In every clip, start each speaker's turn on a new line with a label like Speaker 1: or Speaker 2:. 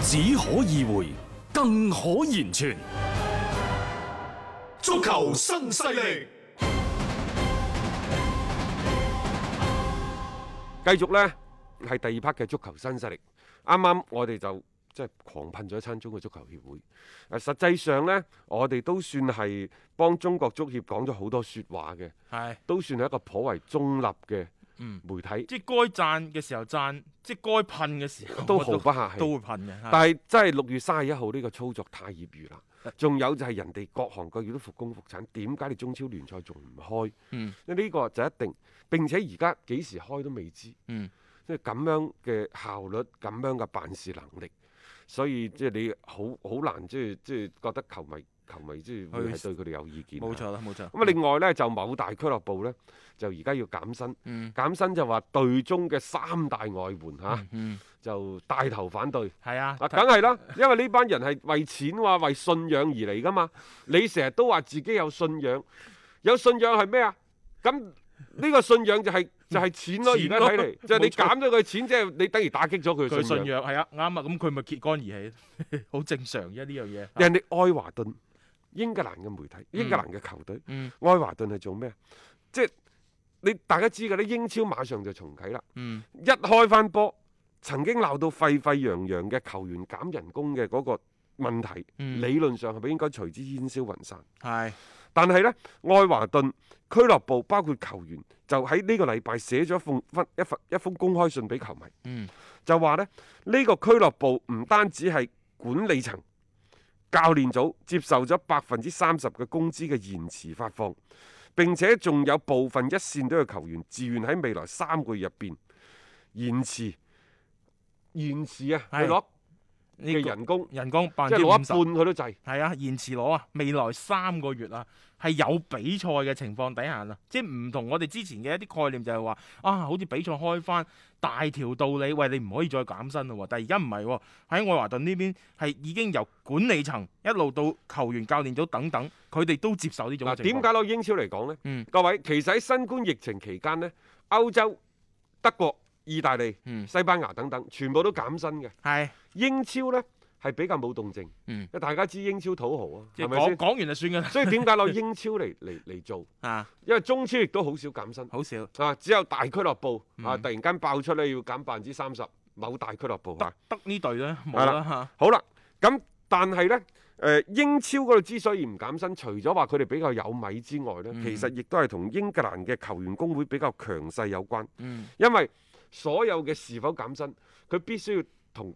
Speaker 1: 只可意會，更可言傳。
Speaker 2: 足球新勢力。
Speaker 3: 繼續呢，係第二 part 嘅足球新勢力。啱啱我哋就即係狂噴咗一餐中國足球協會。誒，實際上呢，我哋都算係幫中國足協講咗好多説話嘅，
Speaker 4: 係，
Speaker 3: 都算係一個頗為中立嘅
Speaker 4: 嗯，
Speaker 3: 媒體，
Speaker 4: 即係該讚嘅時候讚，即係該噴嘅時候
Speaker 3: 都
Speaker 4: 我
Speaker 3: 毫不客氣。
Speaker 4: 都會噴嘅。啊係
Speaker 3: 但係真係六月三十一號呢個操作太業餘啦。
Speaker 4: 呃
Speaker 3: 仲有就係人哋各行各業都復工復產，點解你中超聯賽仲唔開？
Speaker 4: 嗯
Speaker 3: 呢個就一定。並且而家幾時開都未知。
Speaker 4: 嗯
Speaker 3: 即係咁樣嘅效率，咁樣嘅辦事能力，所以即係你好好難即係即係覺得球迷球迷即係會係對佢哋有意見。
Speaker 4: 冇。錯啦，冇錯。
Speaker 3: 咁啊，另外呢，就某大俱樂部呢，就而家要減薪，
Speaker 4: 嗯
Speaker 3: 減薪就話隊中嘅三大外援嚇、
Speaker 4: 嗯，
Speaker 3: 就帶頭反對。
Speaker 4: 係啊，
Speaker 3: 啊，梗係啦，因為呢班人係為錢話為信仰而嚟噶嘛。你成日都話自己有信仰，有信仰係咩啊？咁呢個信仰就係、就係、錢咯。而
Speaker 4: 錢
Speaker 3: 家
Speaker 4: 咯
Speaker 3: 睇嚟，就係你
Speaker 4: 冇錯
Speaker 3: 減咗佢錢，即係你等於打擊咗佢
Speaker 4: 佢
Speaker 3: 嘅
Speaker 4: 信
Speaker 3: 信仰。
Speaker 4: 仰係啊，啱啊，咁佢咪揭竿而起，好正常啫呢樣嘢。
Speaker 3: 人哋愛華頓，英格蘭嘅媒體，英格蘭嘅球隊，
Speaker 4: 嗯
Speaker 3: 愛華頓係做咩啊？即係你大家知㗎咧，英超馬上就重啟啦。
Speaker 4: 嗯
Speaker 3: 一開翻波，曾經鬧到沸沸揚揚嘅球員減人工嘅嗰個問題，
Speaker 4: 嗯
Speaker 3: 理論上係咪應該隨之煙消雲散？
Speaker 4: 係
Speaker 3: 但係呢，愛華頓俱樂部包括球員就喺呢個禮拜寫咗一封一份一封公開信俾球迷，
Speaker 4: 嗯
Speaker 3: 就話呢，呢、個俱樂部唔單止係管理層、教練組接受咗百分之三十嘅工資嘅延遲發放，並且仲有部分一線隊嘅球員自願喺未來三個月入邊延遲延遲啊，
Speaker 4: 係
Speaker 3: 去攞
Speaker 4: 呢
Speaker 3: 嘅
Speaker 4: 個
Speaker 3: 人工，
Speaker 4: 人工百
Speaker 3: 即
Speaker 4: 分
Speaker 3: 係
Speaker 4: 之
Speaker 3: 攞
Speaker 4: 五
Speaker 3: 一
Speaker 4: 十
Speaker 3: 半。佢都滯。
Speaker 4: 係啊，延遲攞啊！未來三個月啊，係有比賽嘅情況底下啊，即係唔同我哋之前嘅一啲概念就係話啊，好似比賽開翻大條道理，喂你唔可以再減薪咯喎！但係而家唔係喎，喺愛華頓呢邊係已經由管理層一路到球員、教練組等等，佢哋都接受呢種
Speaker 3: 嗱，
Speaker 4: 嘅情
Speaker 3: 點
Speaker 4: 況。
Speaker 3: 解攞英超嚟講呢？
Speaker 4: 嗯
Speaker 3: 各位，其實喺新冠疫情期間呢，歐洲、德國、意大利、
Speaker 4: 嗯
Speaker 3: 西班牙等等，全部都減薪嘅。
Speaker 4: 係
Speaker 3: 英超呢係比較冇動靜，
Speaker 4: 嗯
Speaker 3: 因為大家知英超土豪啊，
Speaker 4: 即
Speaker 3: 係
Speaker 4: 係
Speaker 3: 咪
Speaker 4: 講
Speaker 3: 先？
Speaker 4: 講完就算㗎啦。
Speaker 3: 所以點解攞英超嚟嚟嚟做？
Speaker 4: 啊，
Speaker 3: 因為中超亦都好少減薪
Speaker 4: 好少
Speaker 3: 啊，只有大俱樂部啊，
Speaker 4: 嗯
Speaker 3: 突然間爆出咧要減百分之三十，某大俱樂部啊
Speaker 4: 得。得呢隊啦，冇
Speaker 3: 係啦
Speaker 4: 啦嚇。
Speaker 3: 好啦，咁但係呢，誒、英超嗰度之所以唔減薪，除咗話佢哋比較有米之外呢，
Speaker 4: 嗯
Speaker 3: 其實亦都係同英格蘭嘅球員工會比較強勢有關，
Speaker 4: 嗯
Speaker 3: 因為所有嘅是否減薪，佢必須要同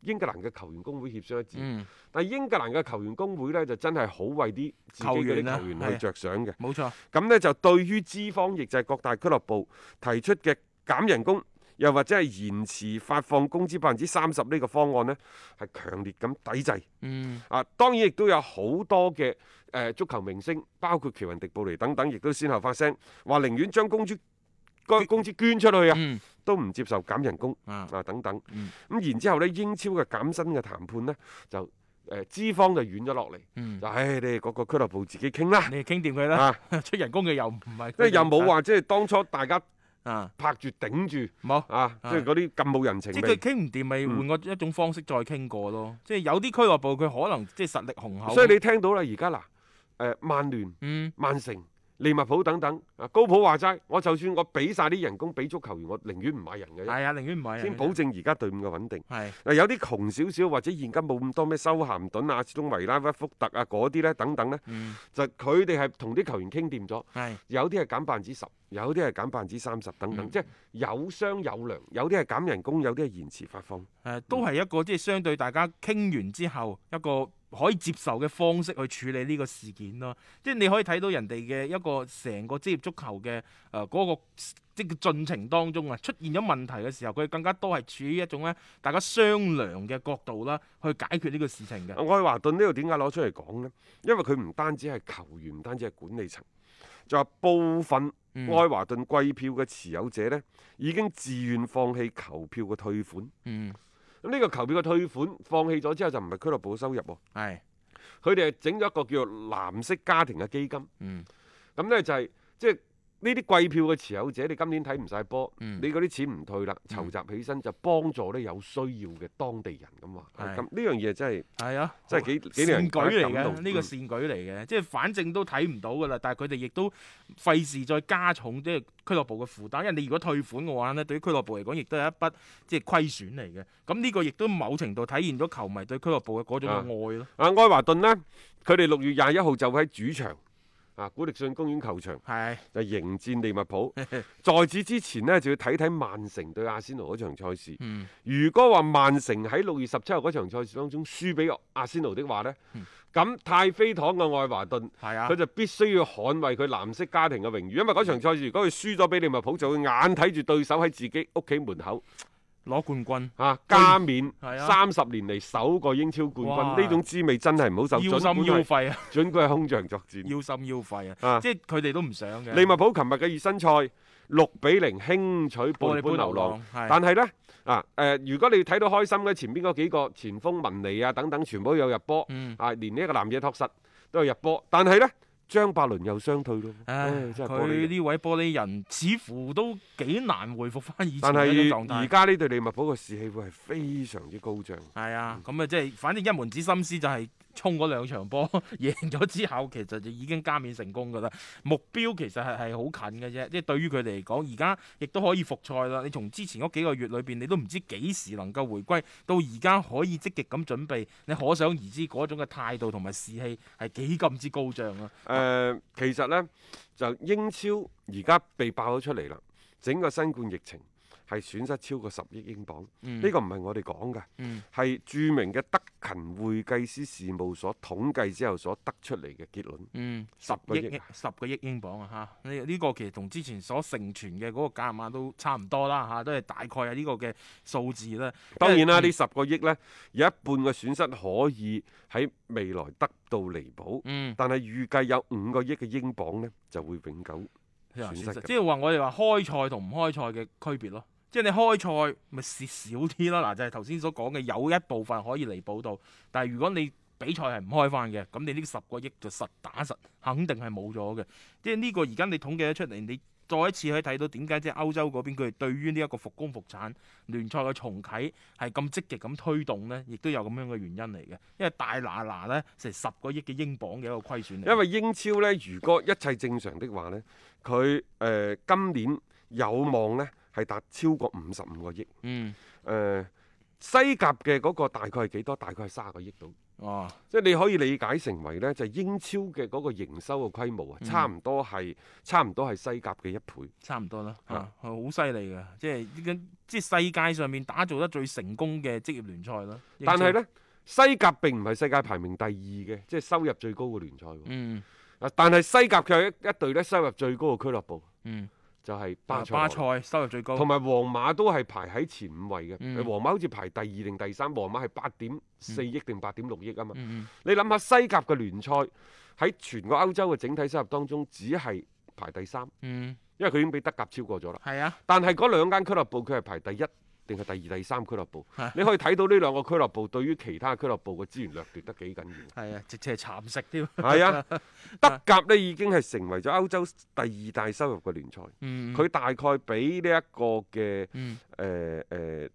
Speaker 3: 英格蘭嘅球員工會協商一致。
Speaker 4: 嗯，
Speaker 3: 但係英格蘭嘅球員工會呢，就真係好為啲自己
Speaker 4: 球
Speaker 3: 嗰
Speaker 4: 員
Speaker 3: 啲
Speaker 4: 啊
Speaker 3: 球員
Speaker 4: 係
Speaker 3: 去着想嘅。
Speaker 4: 冇錯。
Speaker 3: 咁呢，就對於資方，亦就係各大俱樂部提出嘅減人工，又或者係延遲發放工資百分之三十呢個方案呢，係強烈咁抵制。
Speaker 4: 嗯
Speaker 3: 啊，當然亦都有好多嘅誒、呃足球明星，包括喬雲迪布尼等等，亦都先後發聲話寧願將工資個工資捐出去啊，
Speaker 4: 嗯
Speaker 3: 都唔接受減人工
Speaker 4: 啊
Speaker 3: 啊等等。咁、
Speaker 4: 嗯
Speaker 3: 然之後呢，英超嘅減薪嘅談判呢，就誒、呃資方就軟咗落嚟，
Speaker 4: 嗯
Speaker 3: 就，唉、你哋各個俱樂部自己傾 啦。
Speaker 4: 你哋傾掂佢啦，
Speaker 3: 啊，
Speaker 4: 出人工嘅又唔係佢
Speaker 3: 即
Speaker 4: 哋
Speaker 3: 係又冇話即係當初大家
Speaker 4: 啊
Speaker 3: 拍住頂住
Speaker 4: 冇。
Speaker 3: 啊，即
Speaker 4: 啊
Speaker 3: 係嗰啲咁冇人情
Speaker 4: 即係佢
Speaker 3: 味。
Speaker 4: 傾唔掂，咪
Speaker 3: 嗯
Speaker 4: 換個一種方式再傾過咯。即係有啲俱樂部佢可能即係實力雄厚，
Speaker 3: 所以你聽到啦，而家嗱誒曼聯、
Speaker 4: 嗯
Speaker 3: 曼城、利物浦等等啊，高普話齋，我就算我俾晒啲人工俾足球員，我寧願唔買人嘅啫，
Speaker 4: 係啊，寧願唔係
Speaker 3: 先保證而家隊伍嘅穩定。
Speaker 4: 係
Speaker 3: 嗱，有啲窮少少或者現今冇咁多咩修咸頓啊、斯通維拉、屈福特啊嗰啲呢等等呢，
Speaker 4: 嗯
Speaker 3: 就佢哋係同啲球員傾掂咗，
Speaker 4: 係
Speaker 3: 有啲係減百分之十，有啲係減百分之三十等
Speaker 4: 嗯
Speaker 3: 等，即係有商有量，有啲係減人工，有啲係延遲發放。
Speaker 4: 誒，都係一個即係相對大家傾完之後一個可以接受嘅方式去處理呢個事件咯。即係你可以睇到人哋嘅一個成個職業足球嘅誒嗰個即係進程當中啊，出現咗問題嘅時候，佢更加多係處於一種咧大家商量嘅角度啦，去解決呢個事情嘅。
Speaker 3: 愛華頓呢度點解攞出嚟講呢？因為佢唔單止係球員，唔單止係管理層，就話部分
Speaker 4: 嗯
Speaker 3: 愛華頓貴票嘅持有者呢，已經自願放棄球票嘅退款。
Speaker 4: 嗯，
Speaker 3: 咁呢個球票嘅退款放棄咗之後，就唔係俱樂部收入喎。
Speaker 4: 係，
Speaker 3: 佢哋係整咗一個叫做藍色家庭嘅基金。
Speaker 4: 嗯，
Speaker 3: 咁呢就係即係呢啲貴票嘅持有者，你今年睇唔晒波，
Speaker 4: 嗯
Speaker 3: 你嗰啲錢唔退啦，籌集起身就幫助呢有需要嘅當地人咁話。
Speaker 4: 係
Speaker 3: 咁呢樣嘢真係
Speaker 4: 係啊，
Speaker 3: 真係幾幾令人
Speaker 4: 善舉嚟
Speaker 3: 感
Speaker 4: 嘅，
Speaker 3: 動
Speaker 4: 呢個
Speaker 3: 嗯
Speaker 4: 善舉嚟嘅，即係反正都睇唔到㗎啦。但係佢哋亦都費事再加重即係俱樂部嘅負擔，因為你如果退款嘅話呢，對於俱樂部嚟講，亦都係一筆即係虧損嚟嘅。咁呢個亦都某程度體現咗球迷對俱樂部嘅嗰種嘅
Speaker 3: 啊
Speaker 4: 愛咯。
Speaker 3: 啊，愛華頓呢，佢哋六月廿一號就會喺主場啊古力遜公園球場
Speaker 4: 係
Speaker 3: 就迎戰利物 浦。在此之前呢，就要睇睇曼城對阿仙奴嗰場賽事。
Speaker 4: 嗯
Speaker 3: 如果話曼城喺六月十七號嗰場賽事當中輸俾阿仙奴的話呢，咁、太妃糖嘅愛華頓。
Speaker 4: 係嗯啊
Speaker 3: 佢，就必須要捍衞佢藍色家庭嘅榮譽，因為嗰場賽事如果佢輸咗俾利物浦，就會眼睇住對手喺自己屋企門口
Speaker 4: 攞冠
Speaker 3: 啊加冕
Speaker 4: 係
Speaker 3: 三
Speaker 4: 哎啊
Speaker 3: 十年嚟首個英超冠
Speaker 4: 哇
Speaker 3: 軍，呢種滋味真係唔好受。
Speaker 4: 軍，腰心
Speaker 3: 盡
Speaker 4: 腰
Speaker 3: 管係
Speaker 4: 肺啊，
Speaker 3: 準佢係空場作 戰。
Speaker 4: 腰心腰肺啊，
Speaker 3: 啊
Speaker 4: 即係佢哋都唔想嘅。
Speaker 3: 利物浦琴日嘅熱身賽六比零輕取布
Speaker 4: 玻
Speaker 3: 利
Speaker 4: 璃杯
Speaker 3: 般
Speaker 4: 流
Speaker 3: 流浪
Speaker 4: 浪，係
Speaker 3: 但係呢，啊誒、如果你睇到開心嘅前邊嗰幾個前鋒文尼啊等等，全部都有入波，
Speaker 4: 嗯
Speaker 3: 啊連呢一個南野拓實都有入波，但係呢，張伯倫又傷退咯，
Speaker 4: 唉
Speaker 3: 唉真係玻
Speaker 4: 佢
Speaker 3: 璃人
Speaker 4: 呢位玻璃人似乎都幾難回復翻以前
Speaker 3: 但
Speaker 4: 嗰
Speaker 3: 係
Speaker 4: 種狀態
Speaker 3: 而。家呢隊利物浦嘅士氣會係非常之高漲。
Speaker 4: 係啊，咁啊，即係反正一門子心思就係衝嗰兩場波， 贏咗之後，其實就已經加冕成功㗎啦。目標其實係係好近嘅啫，即係對於佢哋嚟講，而家亦都可以復賽啦。你從之前嗰幾個月裏邊，你都唔知幾時能夠回歸，到而家可以積極咁準備，你可想而知嗰種嘅態度同埋士氣係幾咁之高漲啊！
Speaker 3: 誒、其實呢，就英超而家被爆咗出嚟啦，整個新冠疫情係損失超過十億英鎊，呢、
Speaker 4: 嗯
Speaker 3: 個唔係我哋講嘅，
Speaker 4: 嗯
Speaker 3: 係、著名嘅德勤會計師事務所統計之後所得出嚟嘅結論。
Speaker 4: 嗯，
Speaker 3: 十個億
Speaker 4: 億十個億英鎊啊！嚇，呢呢個其實同之前所盛傳嘅嗰個價碼都差唔多啦嚇、都係大概係呢個嘅數字啦。
Speaker 3: 當然啦，
Speaker 4: 嗯
Speaker 3: 呢十個億呢，有一半嘅損失可以喺未來得到彌補，
Speaker 4: 嗯。
Speaker 3: 但係預計有五個億嘅英鎊呢就會永久。
Speaker 4: 係啊
Speaker 3: 損
Speaker 4: 損
Speaker 3: 失
Speaker 4: 失
Speaker 3: 嘅
Speaker 4: 即係話我哋話開賽同唔開賽嘅區別咯。即係你開賽咪蝕少啲咯。嗱，就係頭先所講嘅，有一部分可以彌補到，但係如果你比賽係唔開翻嘅，咁你呢十個億就實打實，肯定係冇咗嘅。即係呢個而家你統計得出嚟，你再一次可以睇到點解即係歐洲嗰邊佢哋對於呢一個復工復產聯賽嘅重啟係咁積極咁推動呢，亦都有咁樣嘅原因嚟嘅。因為大拿拿呢，成十個億嘅英鎊嘅一個虧損嚟。
Speaker 3: 因為英超呢，如果一切正常的話呢，佢誒、呃今年有望呢係達超過五十五個億。誒、
Speaker 4: 嗯，
Speaker 3: 呃西甲嘅嗰個大概係幾多？大概係三十個億度。
Speaker 4: 哦，
Speaker 3: 即係你可以理解成為呢，就係英超嘅嗰個營收嘅規模
Speaker 4: 嗯
Speaker 3: 啊，差唔多係差唔多係西甲嘅一倍。
Speaker 4: 差唔多啦，
Speaker 3: 啊
Speaker 4: 啊，好犀利嘅，即係呢個即係世界上面打造得最成功嘅職業聯賽啦。英
Speaker 3: 但係
Speaker 4: 超，
Speaker 3: 呢，西甲並唔係世界排名第二嘅，即係收入最高嘅聯賽喎。
Speaker 4: 嗯
Speaker 3: 啊但係西甲佢有一一隊呢，收入最高嘅俱樂部，
Speaker 4: 嗯，
Speaker 3: 就係巴
Speaker 4: 巴
Speaker 3: 塞
Speaker 4: 巴
Speaker 3: 羅那
Speaker 4: 塞收入最高，
Speaker 3: 同埋皇馬都係排喺前五位嘅，
Speaker 4: 嗯
Speaker 3: 皇馬好似排第二定第三，皇馬係八點四億定八點六億啊嘛。
Speaker 4: 嗯
Speaker 3: 你諗下西甲嘅聯賽喺全個歐洲嘅整體收入當中，只係排第三，
Speaker 4: 嗯，
Speaker 3: 因為佢已經俾德甲超過咗啦。
Speaker 4: 係啊，
Speaker 3: 但係嗰兩間俱樂部佢係排第一定係第二、第三俱樂部
Speaker 4: 係，
Speaker 3: 你可以睇到呢兩個俱樂部對於其他俱樂部嘅資源掠奪得幾 緊要。
Speaker 4: 係啊，直情 係蠶食添。
Speaker 3: 係啊，德甲呢已經係成為咗歐洲第二大收入嘅聯賽，
Speaker 4: 嗯，
Speaker 3: 佢大概比呢一個嘅。
Speaker 4: 嗯
Speaker 3: 誒誒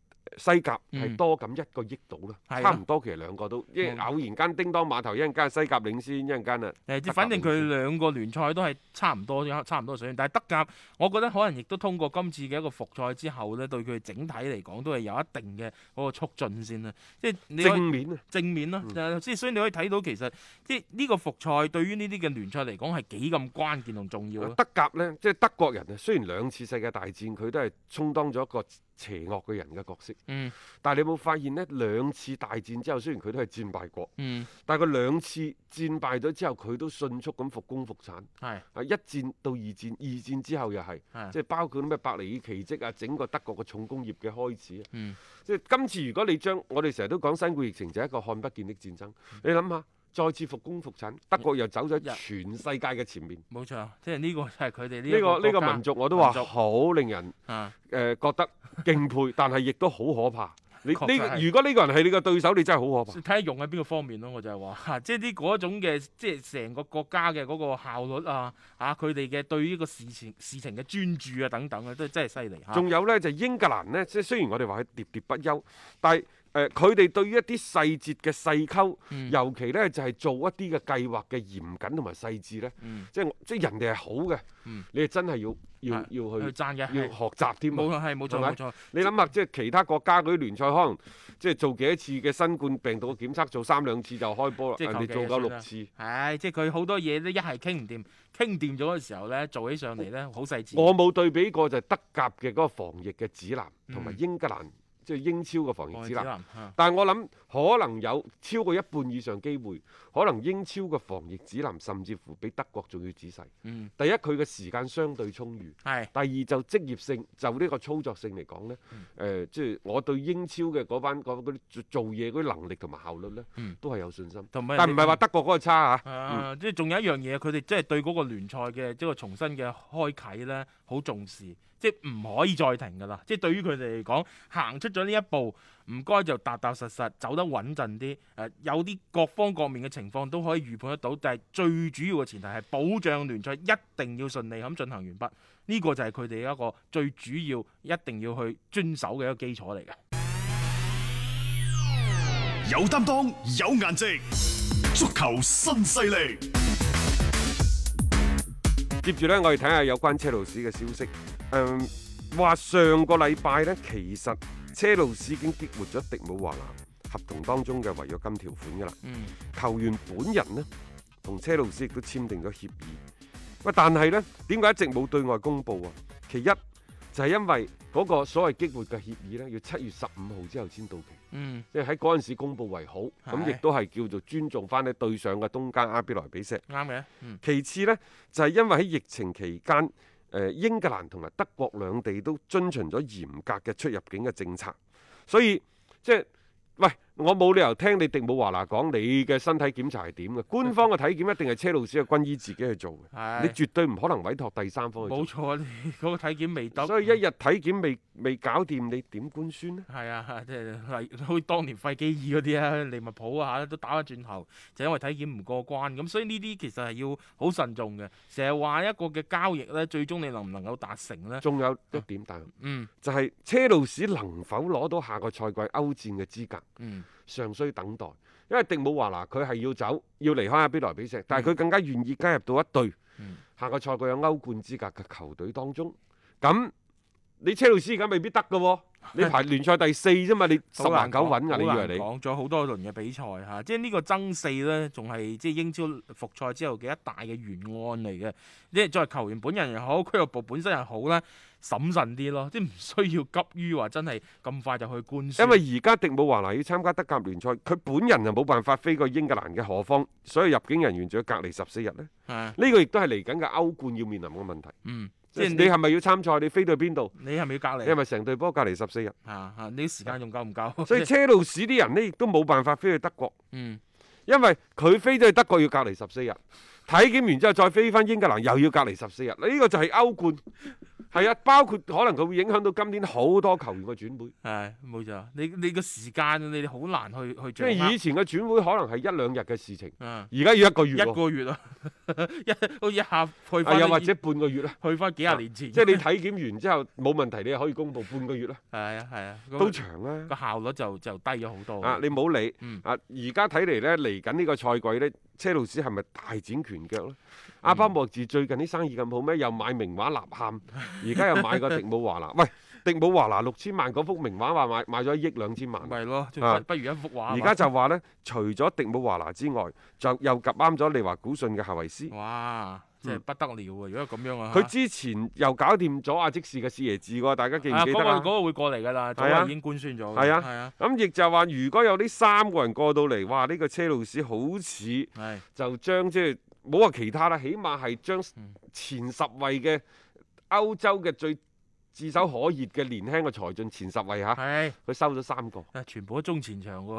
Speaker 3: 西甲係
Speaker 4: 嗯
Speaker 3: 多咁一個億度啦，
Speaker 4: 係啊嗯
Speaker 3: 差
Speaker 4: 啦
Speaker 3: 唔多其實兩個都，因為
Speaker 4: 冇
Speaker 3: 偶然間叮當碼頭一陣間係西甲領先，一陣間
Speaker 4: 誒，
Speaker 3: 啊
Speaker 4: 即
Speaker 3: 德甲
Speaker 4: 反正
Speaker 3: 領先
Speaker 4: 佢兩個聯賽都係差唔多，差唔多水準。但係德甲，我覺得可能亦都通過今次嘅一個復賽之後咧，對佢整體嚟講都係有一定嘅嗰個促進先啦。即係你可以
Speaker 3: 正面啊，
Speaker 4: 正面啦，即係所以你可以睇到其實即係呢個復賽對於呢啲嘅聯賽嚟講係幾咁關鍵同重要咯。
Speaker 3: 德甲呢，即係德國人啊，雖然兩次世界大戰佢都係充當咗一個邪惡嘅人嘅角色，
Speaker 4: 嗯
Speaker 3: 但係你有冇發現呢？兩次大戰之後，雖然佢都係戰敗國，
Speaker 4: 嗯，
Speaker 3: 但係佢兩次戰敗咗之後，佢都迅速咁復工復產。
Speaker 4: 係
Speaker 3: 啊，一戰到二戰，二戰之後又係，
Speaker 4: 係
Speaker 3: 即係包括咩伯尼爾奇蹟啊，整個德國嘅重工業嘅開始啊。
Speaker 4: 嗯
Speaker 3: 即係今次如果你將我哋成日都講新冠疫情就係一個看不見的戰爭，
Speaker 4: 嗯
Speaker 3: 你諗下，再次復工復產，德國又走咗
Speaker 4: 日
Speaker 3: 全世界嘅前面。
Speaker 4: 冇錯，即係呢個係佢哋呢一
Speaker 3: 呢個呢
Speaker 4: 國
Speaker 3: 個
Speaker 4: 家
Speaker 3: 民族我都話
Speaker 4: 民族
Speaker 3: 好令人
Speaker 4: 啊，
Speaker 3: 誒覺得敬佩，但係亦都好可怕。你呢
Speaker 4: 確實
Speaker 3: 個
Speaker 4: 係
Speaker 3: 如果呢個人係你個對手，你真係好可怕。
Speaker 4: 睇下用喺邊個方面咯。我就係話， 啊即係呢嗰種嘅即係成個國家嘅嗰個效率啊，啊佢哋嘅對呢個事情事情嘅專注啊等等啊，都真係犀利嚇。
Speaker 3: 仲有呢，就英格蘭呢，即係雖然我哋話佢喋喋不休，但係誒佢哋對於一啲細節嘅細溝，
Speaker 4: 嗯
Speaker 3: 尤其呢就係、做一啲嘅計劃嘅嚴謹同埋細緻呢，
Speaker 4: 嗯
Speaker 3: 即係即係人哋係好嘅，
Speaker 4: 嗯
Speaker 3: 你係真係要
Speaker 4: 係
Speaker 3: 要要
Speaker 4: 去
Speaker 3: 去
Speaker 4: 讚嘅
Speaker 3: 要
Speaker 4: 係
Speaker 3: 學習添啊
Speaker 4: 冇。錯係冇錯
Speaker 3: 係咪
Speaker 4: 冇錯，
Speaker 3: 你諗下，即係其他國家嗰啲聯賽，可能即係做幾多次嘅新冠病毒嘅檢測，做三兩次就開波啦，
Speaker 4: 即係
Speaker 3: 人
Speaker 4: 求
Speaker 3: 哋
Speaker 4: 其
Speaker 3: 做
Speaker 4: 就
Speaker 3: 夠
Speaker 4: 算
Speaker 3: 六
Speaker 4: 啦
Speaker 3: 次。
Speaker 4: 唉，即係佢好多嘢咧，一係傾唔掂，傾掂咗嘅時候咧，做起上嚟咧好細緻。
Speaker 3: 我冇對比過就係德甲嘅嗰個防疫嘅指南，同埋
Speaker 4: 嗯
Speaker 3: 英格蘭即係英超嘅防疫指南。
Speaker 4: 嚇
Speaker 3: 但係我諗可能有超過一半以上機會，可能英超嘅防疫指南甚至乎比德國仲要仔細。
Speaker 4: 嗯，
Speaker 3: 第一，佢嘅時間相對充裕；
Speaker 4: 係
Speaker 3: 第二，就職業性就呢個操作性嚟講呢，誒、
Speaker 4: 嗯
Speaker 3: 即係我對英超嘅嗰班嗰嗰啲做做嘢嗰啲能力同埋效率呢，
Speaker 4: 嗯
Speaker 3: 都係有信心。
Speaker 4: 同埋
Speaker 3: 但唔係話德國嗰個差嚇。
Speaker 4: 啊，即係仲有一樣嘢，佢哋即係對嗰個聯賽嘅即係重新嘅開啓咧，好重視，即係唔可以再停㗎啦。即係對於佢哋嚟講，行出咗呢一步，唔該就踏踏實實，走得穩陣啲。誒、有啲各方各面嘅情況都可以預判得到，但係最主要嘅前提係保障聯賽一定要順利咁進行完畢。呢、個就係佢哋一個最主要一定要去遵守嘅一個基礎嚟嘅。
Speaker 2: 有擔當，有顏值，足球新勢力。
Speaker 3: 接住呢，我哋睇下有關車路士嘅消息。嗯，話上個禮拜呢，其實車路士已經激活咗迪姆華拿合同當中嘅違約金條款㗎啦。
Speaker 4: 嗯，
Speaker 3: 球員本人呢，同車路士亦都簽訂咗協議。喂，但係呢，點解一直冇對外公佈啊？其一就係、因為嗰個所謂激活嘅協議呢，要七月十五號之後先到期。
Speaker 4: 嗯，
Speaker 3: 即係喺嗰陣時公佈為好，咁亦
Speaker 4: 係
Speaker 3: 都係叫做尊重翻呢對上嘅東家阿比萊比錫。
Speaker 4: 啱嘅，嗯，
Speaker 3: 其次呢，就係、因為喺疫情期間，誒、英格蘭同埋德國兩地都遵循咗嚴格嘅出入境嘅政策，所以即係喂，我冇理由聽你迪姆華拿講你嘅身體檢查係點嘅，官方嘅體檢一定係車路士嘅軍醫自己去做嘅，
Speaker 4: 嗯係
Speaker 3: 你絕對唔可能委託第三方去
Speaker 4: 冇錯，你 嗰個體檢未
Speaker 3: 做，
Speaker 4: 得，嗯
Speaker 3: 所以一日體檢未未搞掂，你點官宣呢？
Speaker 4: 係啊，即係例好似當年費基爾嗰啲啊，利物浦啊都打咗轉頭，就因為體檢唔過關咁，所以呢啲其實係要好慎重嘅。成日話一個嘅交易咧，最終你能唔能夠達成咧？
Speaker 3: 仲有一點大，
Speaker 4: 嗯
Speaker 3: 就係、車路士能否攞到下個賽季歐戰嘅資格？
Speaker 4: 嗯，
Speaker 3: 尚需等待，因為迪姆華拿佢係要走，要離開阿比萊比錫，但係佢更加願意加入到一隊、
Speaker 4: 嗯
Speaker 3: 下個賽季有歐冠資格嘅球隊當中。咁你車路士而家未必得 嘅喎，你排聯賽第四啫嘛，你十
Speaker 4: 好
Speaker 3: 拿
Speaker 4: 難
Speaker 3: 九穩
Speaker 4: 講
Speaker 3: 㗎，你
Speaker 4: 好難
Speaker 3: 以為你？
Speaker 4: 講咗好多輪嘅比賽嚇，即係呢個爭四咧，仲係即係英超復賽之後嘅一大嘅懸案嚟嘅。即係作為球員本人又好，俱樂部本身又好咧，審慎啲咯，即係唔需要急於話真係咁快就去官宣。
Speaker 3: 因為而家迪姆華拿要參加德甲聯賽，佢本人就冇辦法飛過英格蘭嘅，何況所有入境人員仲要隔離十四日呢。
Speaker 4: 啊
Speaker 3: 呢、個亦都係嚟緊嘅歐冠要面臨嘅問題。
Speaker 4: 嗯，
Speaker 3: 即
Speaker 4: 即
Speaker 3: 係
Speaker 4: 係
Speaker 3: 你
Speaker 4: 你
Speaker 3: 係咪要參賽？你飛到邊度？
Speaker 4: 你係咪要隔離
Speaker 3: 你係咪成隊波隔離十四日？
Speaker 4: 啊啊！你啲時間仲夠唔夠？
Speaker 3: 所以車路士啲人呢，亦都冇辦法飛去德國。
Speaker 4: 嗯，
Speaker 3: 因為佢飛咗去德國要隔離十四日，體檢完之後再飛翻英格蘭又要隔離十四日。呢、個就係歐冠係啊，包括可能佢會影響到今年好多球員嘅轉會，
Speaker 4: 係冇錯，你你個時間你好難去去
Speaker 3: 即
Speaker 4: 掌
Speaker 3: 係
Speaker 4: 握
Speaker 3: 以。前嘅轉會可能係一兩日嘅事情，
Speaker 4: 嗯
Speaker 3: 而家要一個月
Speaker 4: 一
Speaker 3: 喎，
Speaker 4: 個月啊， 一好似一下去
Speaker 3: 啊
Speaker 4: 翻，
Speaker 3: 又或者半個月 啦。
Speaker 4: 去翻幾廿年前，
Speaker 3: 即係 你體檢完之後冇問題，你可以公佈半個月啦，
Speaker 4: 係啊係啊，
Speaker 3: 都
Speaker 4: 咁
Speaker 3: 長啦。
Speaker 4: 個效率就就低咗好多。
Speaker 3: 啊，你冇理
Speaker 4: 嗯
Speaker 3: 啊！而家睇嚟呢，嚟緊呢個賽季呢，車路士係咪大展拳腳呢？
Speaker 4: 嗯
Speaker 3: 阿巴莫治最近啲生意咁好咩？又買名畫吶 喊，而家又買個迪姆華拿。喂，迪姆華拿六千萬嗰幅名畫話買買咗一億兩千萬。
Speaker 4: 咪咯，仲
Speaker 3: 啊
Speaker 4: 不不如一幅畫嘛。
Speaker 3: 而家就話呢，除咗迪姆華拿之外，就又夾啱咗利華古信嘅夏維斯。
Speaker 4: 哇，真係不得了啊！如果咁樣啊，
Speaker 3: 嗯佢之前又搞掂咗阿積士嘅四爺治喎，大家記唔
Speaker 4: 啊
Speaker 3: 記
Speaker 4: 嗰
Speaker 3: 得
Speaker 4: 個
Speaker 3: 啊
Speaker 4: 嗰？個會過嚟㗎啦，早
Speaker 3: 係啊
Speaker 4: 就已經官宣咗㗎。
Speaker 3: 係啊
Speaker 4: 係啊，
Speaker 3: 咁亦就話，如果有呢三個人過到嚟，哇！呢個車路士好似〜
Speaker 4: 係啊
Speaker 3: 就將即係冇話其他啦，起碼係將
Speaker 4: 嗯
Speaker 3: 前十位嘅歐洲嘅最炙手可熱嘅年輕嘅才俊前十位嚇，
Speaker 4: 係。
Speaker 3: 佢收咗三個。
Speaker 4: 啊！全部都中前場喎，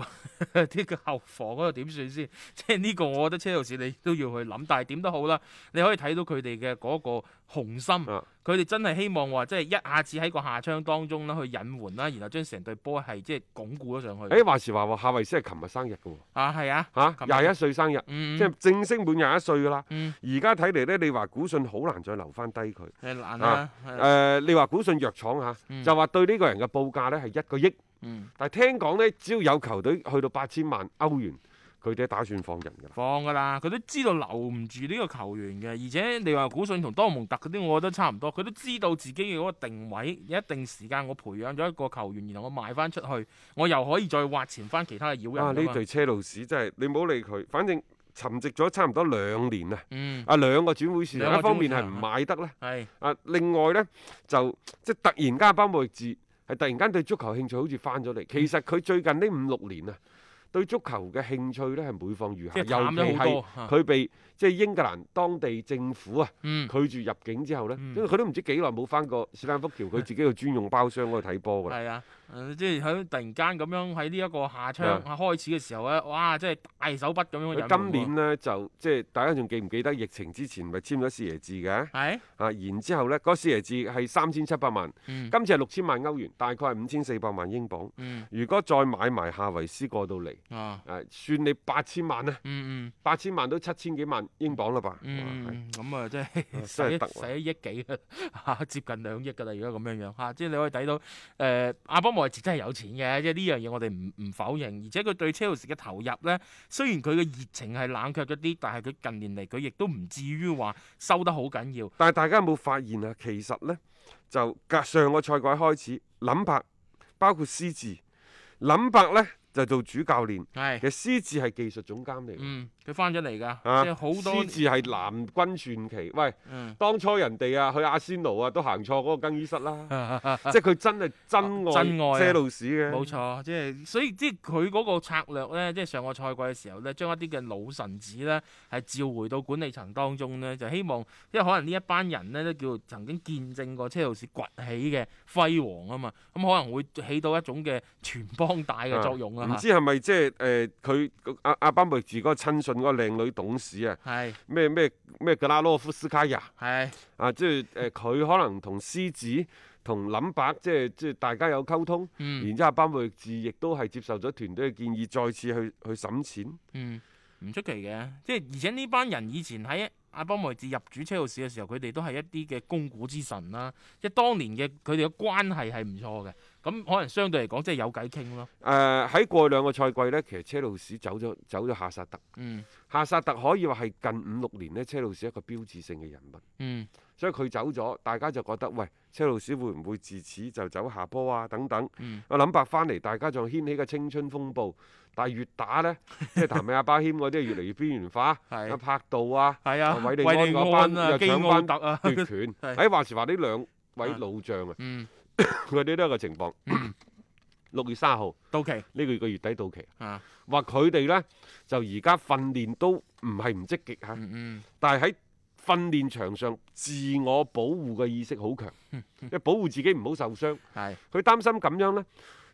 Speaker 4: 呢個後防嗰度點算先？ 即係呢個，我覺得車路士你都要去諗。但係點都好啦，你可以睇到佢哋嘅嗰個雄心，
Speaker 3: 啊
Speaker 4: 佢哋真係希望話，即係一下子喺個下窗當中啦，去引援啦，然後將成隊波係即係鞏固咗上去。
Speaker 3: 誒話時話喎，夏維斯係琴日生日嘅
Speaker 4: 啊，係啊，
Speaker 3: 喎
Speaker 4: 琴
Speaker 3: 嚇，
Speaker 4: 日
Speaker 3: 廿一歲生日，
Speaker 4: 嗯，
Speaker 3: 即係正式滿廿一歲㗎啦。
Speaker 4: 嗯
Speaker 3: 而家睇嚟呢，你話古信好難再留翻低佢。
Speaker 4: 係難
Speaker 3: 啊
Speaker 4: 啦，係啦
Speaker 3: 誒，你話古信藥廠嚇，
Speaker 4: 嗯
Speaker 3: 就話對呢個人嘅報價呢係一個億，
Speaker 4: 嗯，
Speaker 3: 但係聽講呢，只要有球隊去到八千萬歐元，佢哋都打算放人㗎啦。
Speaker 4: 放㗎啦，佢都知道留唔住呢個球員嘅，而且你話古信同多蒙特嗰啲，我覺得差唔多，佢都知道自己嘅嗰個定位，有一定時間我培養咗一個球員，然後我賣翻出去，我又可以再挖潛翻其他嘅妖人
Speaker 3: 啊！
Speaker 4: 㗎
Speaker 3: 呢
Speaker 4: 嘛
Speaker 3: 隊車路士真係你唔好理佢，反正沉寂咗差唔多兩年啊！
Speaker 4: 嗯，
Speaker 3: 啊，兩個轉會市場，
Speaker 4: 兩個
Speaker 3: 一方面
Speaker 4: 轉會
Speaker 3: 係
Speaker 4: 市
Speaker 3: 唔
Speaker 4: 場
Speaker 3: 買得啦，
Speaker 4: 係
Speaker 3: 啊，另外呢，就即係突然間包莫治係突然間對足球興趣好似翻
Speaker 4: 嗯
Speaker 3: 咗嚟。其實佢最近呢五六年啊，對足球嘅興趣呢係每況愈下，
Speaker 4: 即
Speaker 3: 尤
Speaker 4: 係淡
Speaker 3: 其
Speaker 4: 咗好
Speaker 3: 係
Speaker 4: 多嚇，
Speaker 3: 佢被即係英格蘭當地政府啊
Speaker 4: 嗯，
Speaker 3: 拒絕入境之後呢，
Speaker 4: 嗯
Speaker 3: 因為佢都唔知幾耐冇翻過斯坦福橋佢自己嘅專用包廂嗰度睇波㗎啦。
Speaker 4: 係啊。誒即係喺突然間咁樣喺呢一個下窗
Speaker 3: 啊
Speaker 4: 開始嘅時候咧，哇！即係大手筆咁樣引援
Speaker 3: 佢今
Speaker 4: 喎
Speaker 3: 年呢，就即係大家仲記唔記得疫情之前咪簽咗四爺字嘅？
Speaker 4: 係
Speaker 3: 啊，然之後呢，嗰四爺字係三千七百萬，
Speaker 4: 嗯
Speaker 3: 今次係六千萬歐元，大概係五千四百萬英鎊。
Speaker 4: 嗯
Speaker 3: 如果再買埋夏維斯過到嚟，
Speaker 4: 啊
Speaker 3: 誒、算你八千萬啦，
Speaker 4: 嗯嗯
Speaker 3: 八千萬都七千幾萬英鎊啦吧？哇係
Speaker 4: 嗯，咁啊，即係
Speaker 3: 真
Speaker 4: 使
Speaker 3: 係得
Speaker 4: 一
Speaker 3: 喎
Speaker 4: 使一億幾啊， 接近兩億㗎啦，如果咁樣樣嚇、啊即係你可以睇到誒、呃阿波莫維奇真係有錢嘅，即係呢樣嘢我哋唔唔否認，而且佢對車路士嘅投入咧，雖然佢嘅熱情係冷卻咗啲，但係佢近年嚟佢亦都唔至於話收得好緊要，
Speaker 3: 但係大家有冇發現啊？其實呢，就隔上個賽季開始，林伯包括施治，林伯呢就做主教練，
Speaker 4: 係
Speaker 3: 其實施治係技術總監嚟嘅。
Speaker 4: 嗯，佢翻咗嚟㗎，
Speaker 3: 啊
Speaker 4: 即係好多
Speaker 3: 施治係南軍傳奇，喂，
Speaker 4: 嗯。
Speaker 3: 當初人哋啊去阿仙奴啊都行錯嗰個更衣室 啦。即係佢真係真
Speaker 4: 真愛
Speaker 3: 愛
Speaker 4: 啊
Speaker 3: 車路士嘅，
Speaker 4: 冇錯，即係所以即係佢嗰個策略咧，即係上個賽季嘅時候咧，將一啲嘅老臣子咧係召回到管理層當中咧，就希望即係可能呢一班人咧都叫曾經見證過車路士崛起嘅 輝煌啊嘛，咁可能會起到一種嘅全幫帶嘅作用
Speaker 3: 嗯啊
Speaker 4: 啦
Speaker 3: 唔
Speaker 4: 嚇。
Speaker 3: 知係咪即係誒佢阿阿巴莫治嗰個親信嗰個靚女董事啊，
Speaker 4: 係
Speaker 3: 咩咩咩格拉洛夫斯卡娅
Speaker 4: 係
Speaker 3: 啊，即係誒佢可能同獅子同林伯即係即係大家有溝通，
Speaker 4: 嗯
Speaker 3: 然之後阿巴莫治亦都係接受咗團隊嘅建議，再次去去審錢。
Speaker 4: 嗯，唔出奇嘅，即係而且呢班人以前喺阿邦維治入主車路士嘅時候，佢哋都係一啲嘅攻股之神啦，即係當年嘅佢哋嘅關係係唔錯嘅，咁可能相對嚟講即係有偈傾咯，
Speaker 3: 誒喺過去兩個賽季呢，其實車路士走咗走咗夏薩特，
Speaker 4: 嗯
Speaker 3: 夏薩特可以話係近五六年呢車路士一個標誌性嘅人物。
Speaker 4: 嗯。
Speaker 3: 所以佢走咗，大家就覺得喂，車路士會唔會自此就走下坡啊？等等。
Speaker 4: 嗯
Speaker 3: 我諗白翻嚟，大家仲掀起個青春風暴，但係越打呢， 即係譚美阿巴謙嗰啲越嚟越邊緣化，
Speaker 4: 係
Speaker 3: 阿柏度啊，
Speaker 4: 嗯係啊，
Speaker 3: 韋利
Speaker 4: 維
Speaker 3: 安嗰班
Speaker 4: 啊，
Speaker 3: 又
Speaker 4: 基
Speaker 3: 搶
Speaker 4: 奧
Speaker 3: 班
Speaker 4: 特啊，
Speaker 3: 奪 權。
Speaker 4: 係
Speaker 3: 喺話時話呢兩位老將啊，
Speaker 4: 嗯，
Speaker 3: 佢哋都有個情況。六月三號
Speaker 4: 到期
Speaker 3: 呢個月嘅月底到期，
Speaker 4: 啊，
Speaker 3: 話佢哋呢，就而家訓練都唔係唔積極嚇。
Speaker 4: 嗯嗯，
Speaker 3: 但係喺訓練場上自我保護嘅意識好強，即係保護自己唔好受傷。
Speaker 4: 係
Speaker 3: 佢擔心咁樣呢，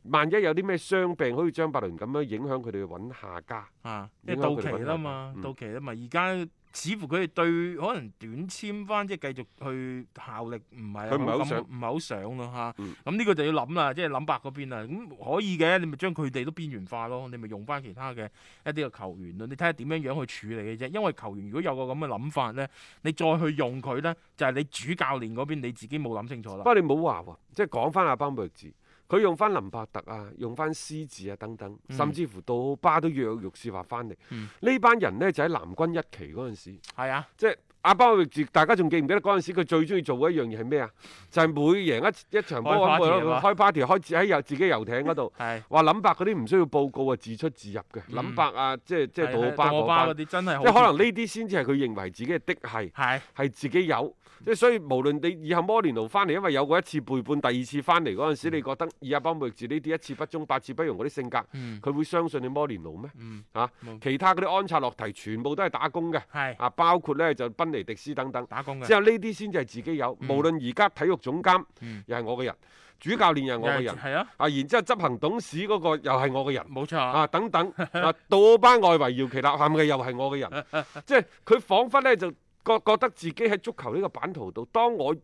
Speaker 3: 萬一有啲咩傷病，好似張伯倫咁樣影響佢哋揾下家。
Speaker 4: 啊，即
Speaker 3: 影
Speaker 4: 係
Speaker 3: 響
Speaker 4: 到
Speaker 3: 佢哋
Speaker 4: 期
Speaker 3: 揾
Speaker 4: 啦
Speaker 3: 人
Speaker 4: 嘛，
Speaker 3: 嗯
Speaker 4: 到期啦嘛，而家似乎佢哋對可能短簽翻，即係繼續去效力唔係
Speaker 3: 佢唔係好
Speaker 4: 咁
Speaker 3: 想
Speaker 4: 唔係好想咯嚇。
Speaker 3: 嗯
Speaker 4: 咁呢個就要諗啦，即係諗白嗰邊啦。咁可以嘅，你咪將佢哋都邊緣化咯，你咪用翻其他嘅一啲嘅球員咯。你睇下點樣樣去處理嘅啫。因為球員如果有個咁嘅諗法咧，你再去用佢咧，就係、你主教練嗰邊你自己冇諗清楚
Speaker 3: 不
Speaker 4: 啦。
Speaker 3: 過你冇話喎，即係講翻阿邦貝治，佢用翻林伯特啊，用翻獅子啊等等，
Speaker 4: 嗯
Speaker 3: 甚至乎到巴都約有玉士話翻嚟。
Speaker 4: 嗯
Speaker 3: 呢班人呢，就喺南軍一期嗰陣時，
Speaker 4: 係啊，
Speaker 3: 即係阿邦貝治，大家仲記唔記得嗰陣時佢最中意做嘅一樣嘢係咩啊？就係、每贏一一場波
Speaker 4: 開
Speaker 3: 咁
Speaker 4: party
Speaker 3: 佢
Speaker 4: 係嘛
Speaker 3: 開 party，開自喺遊自己遊艇嗰度。
Speaker 4: 係。
Speaker 3: 話林伯嗰啲唔需要報告啊，自出自入嘅。林伯啊，即係即係
Speaker 4: 嗯係
Speaker 3: 杜
Speaker 4: 係
Speaker 3: 巴
Speaker 4: 杜
Speaker 3: 嗰
Speaker 4: 巴嗰
Speaker 3: 班，
Speaker 4: 啲真係好
Speaker 3: 即係可能呢啲先至係佢認為自己嘅的係。
Speaker 4: 係
Speaker 3: 係自己有，即係所以無論你以後摩連奴翻嚟，因為有過一次背叛，第二次翻嚟嗰陣
Speaker 4: 嗯
Speaker 3: 時，你覺得以阿邦貝治呢啲一次不忠、百次不容嗰啲性格，
Speaker 4: 嗯
Speaker 3: 佢會相信你摩連奴咩？
Speaker 4: 嗯
Speaker 3: 啊
Speaker 4: 冇，
Speaker 3: 其他嗰啲安察洛提全部都係打工嘅，
Speaker 4: 係
Speaker 3: 啊，包括呢就賓尼迪斯等等。
Speaker 4: 打工嘅。
Speaker 3: 之後呢啲先至係自己有，
Speaker 4: 嗯
Speaker 3: 無論而家體育總監
Speaker 4: 嗯
Speaker 3: 又係我嘅人，主教練又係我嘅人，
Speaker 4: 係啊，
Speaker 3: 啊，然之後執行董事嗰個又係我嘅人。
Speaker 4: 冇錯。
Speaker 3: 啊等等啊，到班外圍搖旗吶喊嘅又係我嘅 人，即係佢彷彿呢就覺覺得自己喺足球呢個版圖度，當我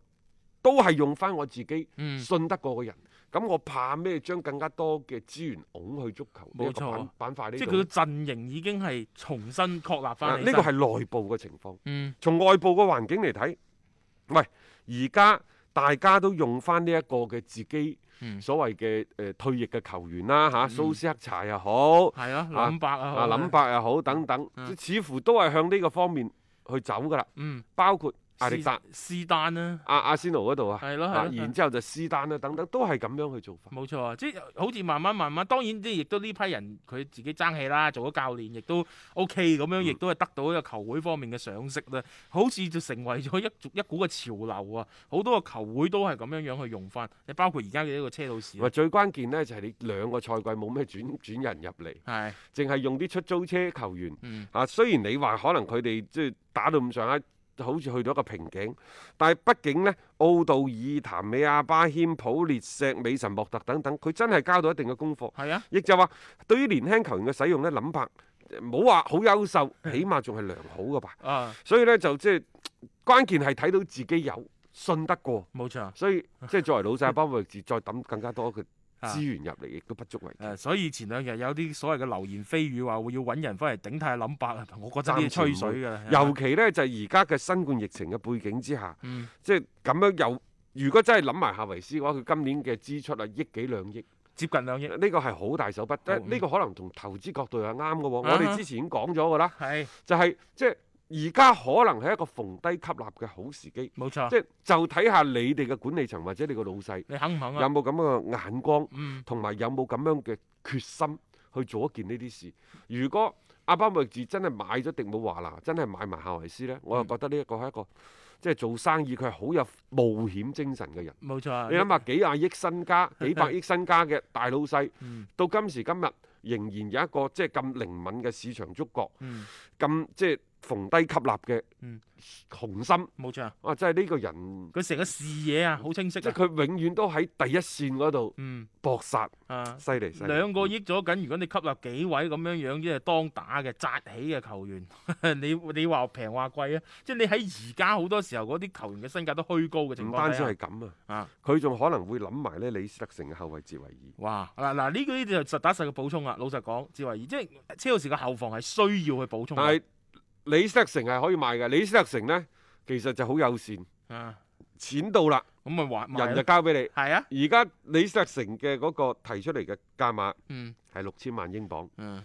Speaker 3: 都係用翻我自己
Speaker 4: 嗯
Speaker 3: 信得過嘅人，咁我怕咩將更加多嘅資源拱去足球呢一個
Speaker 4: 冇錯
Speaker 3: 板板塊
Speaker 4: 即係
Speaker 3: 呢
Speaker 4: 佢嘅
Speaker 3: 度？
Speaker 4: 陣營已經係重新確立
Speaker 3: 啊
Speaker 4: 翻
Speaker 3: 呢個係內部嘅情況，
Speaker 4: 嗯
Speaker 3: 從外部嘅環境嚟睇，喂，而家大家都用翻呢一個嘅自己
Speaker 4: 嗯
Speaker 3: 所謂嘅誒退役嘅球員啦嚇，蘇斯克查又好。
Speaker 4: 係啊，
Speaker 3: 啊
Speaker 4: 林伯啊，
Speaker 3: 啊，諗
Speaker 4: 伯，
Speaker 3: 法又好等等，
Speaker 4: 嗯
Speaker 3: 似乎都係向呢個方面去走噶啦。
Speaker 4: 嗯，
Speaker 3: 包括阿力達、
Speaker 4: 斯斯丹啦，
Speaker 3: 阿阿仙奴嗰度啊，
Speaker 4: 係咯係
Speaker 3: 啊
Speaker 4: 咯
Speaker 3: 然之後就斯丹啦等等，都係咁樣去做法。
Speaker 4: 冇錯啊，即係好似慢慢慢慢，當然即係亦都呢批人佢自己爭氣啦，做咗教練亦都 OK 咁樣，
Speaker 3: 嗯
Speaker 4: 亦都係得到一個球會方面嘅賞識啦，好似就成為咗一族一股嘅潮流啊，好多個球會都係咁樣樣去用翻，你包括而家嘅呢個車路士啊，
Speaker 3: 咪最關鍵呢，就係你兩個賽季冇咩轉轉人入嚟，
Speaker 4: 係，
Speaker 3: 淨係用啲出租車球員。
Speaker 4: 嗯，
Speaker 3: 啊，雖然你話可能佢哋即係打到咁上下。好似去到一個瓶頸，但係畢竟呢，奧道爾、譚美亞、巴謙、普列石、美神莫特等等，佢真係交到一定嘅功課。
Speaker 4: 係啊。
Speaker 3: 亦就話對於年輕球員嘅使用呢，諗白冇話好優秀，
Speaker 4: 嗯
Speaker 3: 起碼仲係良好嘅吧。
Speaker 4: 啊，
Speaker 3: 所以呢，就即係關鍵係睇到自己有信得過，
Speaker 4: 冇錯，
Speaker 3: 所以即係作為老 細幫維治，再抌更加多嘅
Speaker 4: 啊
Speaker 3: 資源入嚟，亦都不足為
Speaker 4: 誒、所以前兩日有啲所謂嘅流言蜚語話會要揾人翻嚟頂替阿林伯啊，我覺得呢啲吹水啊㗎啦。
Speaker 3: 尤其呢，就係而家嘅新冠疫情嘅背景之下，
Speaker 4: 嗯
Speaker 3: 即係咁樣又。如果真係諗埋夏維斯嘅話，佢今年嘅支出啊億幾兩億，
Speaker 4: 接近兩億，
Speaker 3: 呢個係好大手筆。但係
Speaker 4: 嗯
Speaker 3: 呢個可能同投資角度係啱嘅喎。我
Speaker 4: 啊哈
Speaker 3: 哋之前已經講咗㗎啦。
Speaker 4: 係
Speaker 3: 就係、即係而家可能係一個逢低吸納嘅好時機，
Speaker 4: 冇錯。
Speaker 3: 即係就睇下你哋嘅管理層或者你個老細
Speaker 4: 你肯唔肯
Speaker 3: 有
Speaker 4: 啊？
Speaker 3: 冇咁嘅眼光，
Speaker 4: 嗯，
Speaker 3: 同埋有冇咁樣嘅決心去做一件呢啲事。如果阿巴莫治真係買咗迪姆華拿，真係買埋夏維斯呢，我又
Speaker 4: 嗯
Speaker 3: 覺得呢一個係一個即係做生意佢係好有冒險精神嘅人。
Speaker 4: 冇錯啊。
Speaker 3: 你諗下幾廿億 身家、幾百億身家嘅大老細
Speaker 4: 嗯，
Speaker 3: 到今時今日仍然有一個即係咁靈敏嘅市場觸覺。
Speaker 4: 嗯，
Speaker 3: 咁即係逢低吸納嘅
Speaker 4: 嗯
Speaker 3: 雄心
Speaker 4: 冇錯啊。
Speaker 3: 啊！真係呢個人，
Speaker 4: 佢成個視野啊，好清晰
Speaker 3: 即係
Speaker 4: 啊。
Speaker 3: 佢永遠都喺第一線嗰度
Speaker 4: 嗯
Speaker 3: 搏殺，
Speaker 4: 啊，
Speaker 3: 犀利犀嗯利。
Speaker 4: 兩個億咗緊，如果你吸納幾位咁樣樣，即係當打嘅扎起嘅球員， 你你話平話貴啊？即係你喺而家好多時候嗰啲球員嘅身價都虛高嘅情
Speaker 3: 唔
Speaker 4: 況
Speaker 3: 單
Speaker 4: 底
Speaker 3: 止
Speaker 4: 下
Speaker 3: 係。咁啊
Speaker 4: 啊，嗯
Speaker 3: 佢仲可能會諗埋咧李斯特城嘅後衞哲維爾。
Speaker 4: 哇！嗱嗱，呢個呢就實打實嘅補充啊。老實講，智慧爾即係車路士嘅後防係需要去補充嘅。啊
Speaker 3: 但係李斯特城係可以賣嘅，李斯特城呢，其實就好友善，
Speaker 4: 啊，
Speaker 3: 錢到啦，
Speaker 4: 咁咪話賣
Speaker 3: 人就
Speaker 4: 咯
Speaker 3: 交俾
Speaker 4: 係啊，
Speaker 3: 你。而家李斯特城嘅嗰個提出嚟嘅價碼
Speaker 4: 嗯
Speaker 3: 係六千萬英鎊，
Speaker 4: 嗯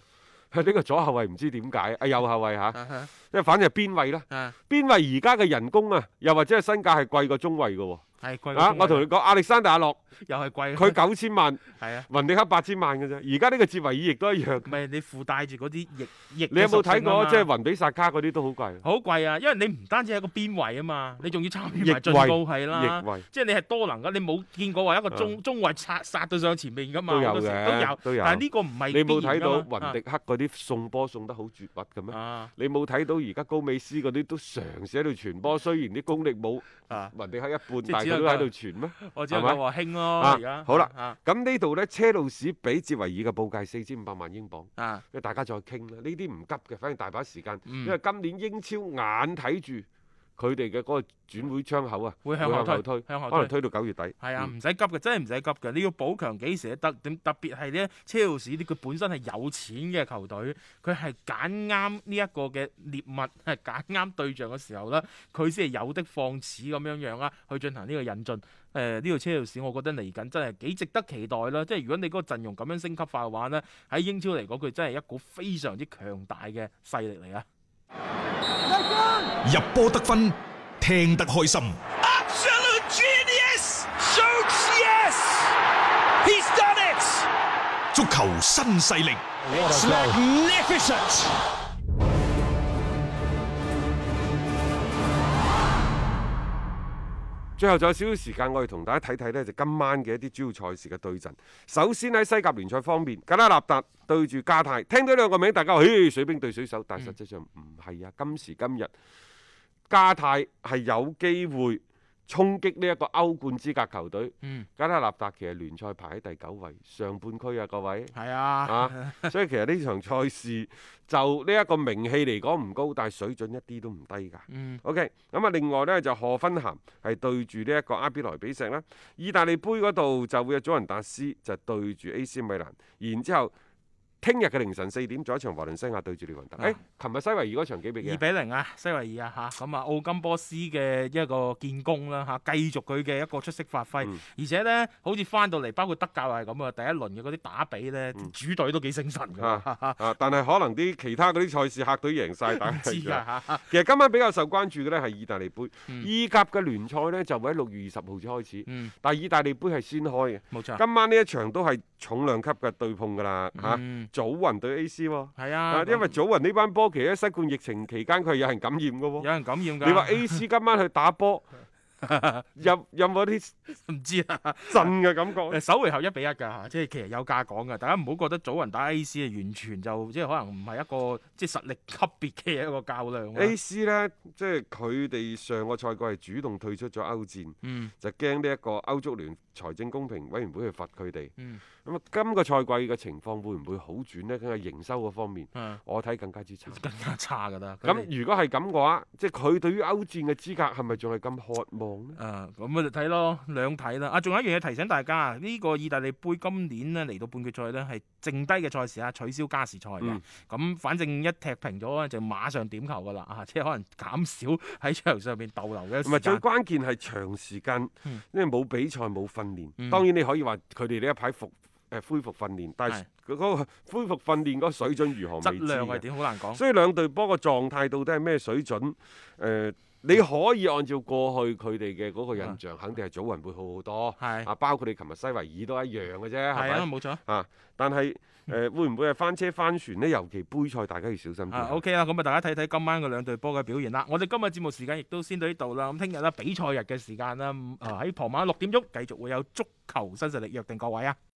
Speaker 3: 呢個左後衞唔知點解啊，右後衞嚇，
Speaker 4: 啊哈
Speaker 3: 即係反正係邊位啦。
Speaker 4: 啊，
Speaker 3: 邊位而家嘅人工啊，又或者係身價係貴過中位嘅喎？
Speaker 4: 係貴
Speaker 3: 啊
Speaker 4: 過，
Speaker 3: 我同你講，亞歷山大阿洛
Speaker 4: 又係貴，
Speaker 3: 佢九千萬，
Speaker 4: 係啊，
Speaker 3: 雲迪克八千萬嘅啫。而家呢個哲維爾亦都一樣
Speaker 4: 唔。係你附帶住嗰啲翼翼嘅屬性啊嘛，
Speaker 3: 你有冇睇過即係雲比薩卡嗰啲都好貴，
Speaker 4: 好貴啊？因為你唔單止係一個邊位啊嘛，你仲要參與
Speaker 3: 翼
Speaker 4: 埋
Speaker 3: 位
Speaker 4: 進攻係啦
Speaker 3: 逆。位啊
Speaker 4: 即係你係多能噶，你冇見過話一個中中衞殺殺到上前面噶嘛？
Speaker 3: 都有
Speaker 4: 好多時都
Speaker 3: 嘅
Speaker 4: 有，，
Speaker 3: 都有。
Speaker 4: 但係呢個唔係
Speaker 3: 你冇
Speaker 4: 必
Speaker 3: 睇
Speaker 4: 然
Speaker 3: 到
Speaker 4: 㗎嘛
Speaker 3: 雲迪克嗰啲送波送得好絕密嘅咩？
Speaker 4: 啊
Speaker 3: 你冇睇到而家高美斯嗰啲都嘗試喺度傳波，雖然啲功力冇
Speaker 4: 啊！
Speaker 3: 雲迪克一半，
Speaker 4: 即係
Speaker 3: 但係佢都喺度傳咩？
Speaker 4: 我只能
Speaker 3: 係
Speaker 4: 夠
Speaker 3: 咪
Speaker 4: 話興咯，
Speaker 3: 啊
Speaker 4: 而家
Speaker 3: 好啦
Speaker 4: 啊
Speaker 3: 咁呢度呢，車路士俾捷維爾嘅報價四千五百萬英鎊，
Speaker 4: 啊，
Speaker 3: 因為大家再傾啦。呢啲唔急嘅，反正大把時間，
Speaker 4: 嗯
Speaker 3: 因為今年英超眼睇住佢哋嘅嗰個轉會窗口啊，
Speaker 4: 會向後
Speaker 3: 向後
Speaker 4: 推，
Speaker 3: 推，
Speaker 4: 向後
Speaker 3: 可能
Speaker 4: 推。
Speaker 3: 推到九月底。
Speaker 4: 係啊，唔
Speaker 3: 嗯
Speaker 4: 使急嘅，真係唔使急嘅。你要補強幾時都得，點特別係呢？車路士呢，佢本身係有錢嘅球隊，佢係揀啱呢一個嘅獵物，係揀啱對象嘅時候咧，佢先係有的放矢咁樣樣啦，去進行呢個引進。誒呢、個車路士，我覺得嚟緊真係幾值得期待啦！即係如果你嗰個陣容咁樣升級化嘅話呢，喺英超嚟講，佢真係一股非常之強大嘅勢力嚟啊！
Speaker 2: 入波得分，聽得開心。足球新勢力
Speaker 3: 最後仲有少少時間，我哋同大家睇睇呢，就今晚嘅一啲主要賽事嘅對陣。首先喺西甲聯賽方面，格拉納達對住加泰，聽到兩個名，大家話嘿水兵對水手，但實際上唔係啊！今時今日，加泰係有機會衝擊呢一個歐冠資格球隊。
Speaker 4: 嗯，
Speaker 3: 加拉納達其實聯賽排喺第九位，上半區啊，各位。
Speaker 4: 係啊，
Speaker 3: 啊，所以其實呢場賽事就呢一個名氣嚟講唔高，但係水準一啲都唔低㗎。
Speaker 4: 嗯
Speaker 3: OK，咁啊，另外呢，就賀芬咸係對住呢一個阿比萊比錫啦，意大利杯嗰度就會有祖雲達斯就對住 AC 米蘭，然之後聽日嘅凌晨四點仲有一場華倫西亞對住列雲特。誒、琴日西維爾嗰場幾比
Speaker 4: 啊
Speaker 3: 幾
Speaker 4: 二
Speaker 3: 啊？
Speaker 4: 比零啊，西維爾啊嚇，咁啊奧金波斯嘅一個建功啦嚇，繼續佢嘅一個出色發揮，
Speaker 3: 嗯
Speaker 4: 而且咧好似翻到嚟，包括德甲又係咁啊，第一輪嘅嗰啲打比咧，
Speaker 3: 嗯
Speaker 4: 主隊都幾精神㗎，
Speaker 3: 啊
Speaker 4: 哈
Speaker 3: 啊！但係可能啲其他嗰啲賽事客隊贏晒，大
Speaker 4: 哈
Speaker 3: 家
Speaker 4: 唔知
Speaker 3: 睇
Speaker 4: 㗎
Speaker 3: 住
Speaker 4: 嚇
Speaker 3: 啦。
Speaker 4: 哈，
Speaker 3: 其實今晚比較受關注嘅呢係意大利杯，
Speaker 4: 嗯
Speaker 3: 意甲嘅聯賽呢就會喺六月二十號先開始，
Speaker 4: 嗯，
Speaker 3: 但係意大利杯係先開嘅。
Speaker 4: 冇錯，
Speaker 3: 今晚呢一場都係重量級嘅對碰㗎啦嚇，
Speaker 4: 啊嗯
Speaker 3: 祖雲對 AC 喎。
Speaker 4: 係啊
Speaker 3: 啊，，因為祖雲呢班波其實喺新冠疫情期間佢係有人感染嘅喎。
Speaker 4: 有人感染㗎，
Speaker 3: 你話 A.C. 今晚去打波，有有冇啲
Speaker 4: 唔知啊？
Speaker 3: 震嘅感 覺
Speaker 4: 誒
Speaker 3: 咧？
Speaker 4: 首回合一比一㗎嚇，即係其實有價講㗎，大家唔好覺得祖雲打 A.C. 係完全就即係可能唔係一個即係實力級別嘅一個較量啦
Speaker 3: A.C. 呢，即係佢哋上個賽季係主動退出咗歐戰，
Speaker 4: 嗯
Speaker 3: 就驚呢一個歐足聯財政公平委員會去罰佢哋。
Speaker 4: 嗯
Speaker 3: 咁啊，今個賽季嘅情況會唔會好轉呢？佢係營收嗰方面，
Speaker 4: 嗯，
Speaker 3: 我睇更加之差。
Speaker 4: 更加差㗎啦。佢
Speaker 3: 咁
Speaker 4: 哋
Speaker 3: 如果係咁嘅話，即係佢對於歐戰嘅資格係咪仲係咁渴望呢？
Speaker 4: 啊，咁我就睇咯，兩睇啦。啊，仲有一樣嘢提醒大家啊，呢、個意大利杯今年咧嚟到半決賽咧係剩低嘅賽事啊，取消加時賽嘅。咁
Speaker 3: 嗯、
Speaker 4: 反正一踢平咗咧，就馬上點球噶啦啊，即係可能減少喺場上面逗留嘅
Speaker 3: 唔係
Speaker 4: 時
Speaker 3: 最
Speaker 4: 間。
Speaker 3: 關鍵係長時間
Speaker 4: 嗯，
Speaker 3: 因為冇比賽冇訓練。
Speaker 4: 嗯
Speaker 3: 當然你可以話佢哋呢一排復誒恢復訓練，但係嗰個恢復訓練嗰個水準如何未
Speaker 4: 質
Speaker 3: 知
Speaker 4: 量係
Speaker 3: 嘅。
Speaker 4: 點好難講。
Speaker 3: 所以兩隊波個狀態到底係咩水準？誒、你可以按照過去佢哋嘅嗰個印象，肯定係祖雲會好好多。
Speaker 4: 啊係
Speaker 3: 啊，包括你琴日西維爾都一樣嘅啫，係
Speaker 4: 係啊，
Speaker 3: 咪？
Speaker 4: 冇錯。
Speaker 3: 啊，但係誒、會唔會係翻車翻船呢？尤其杯賽，大家要小心啲。
Speaker 4: 啊，OK 啦，咁啊，大家睇睇今晚嘅兩隊波嘅表現啦。我哋今日節目時間亦都先到呢度啦。咁聽日啦，比賽日嘅時間啦，嗯啊喺傍晚六點鐘繼續會有足球新勢力約定各位啊。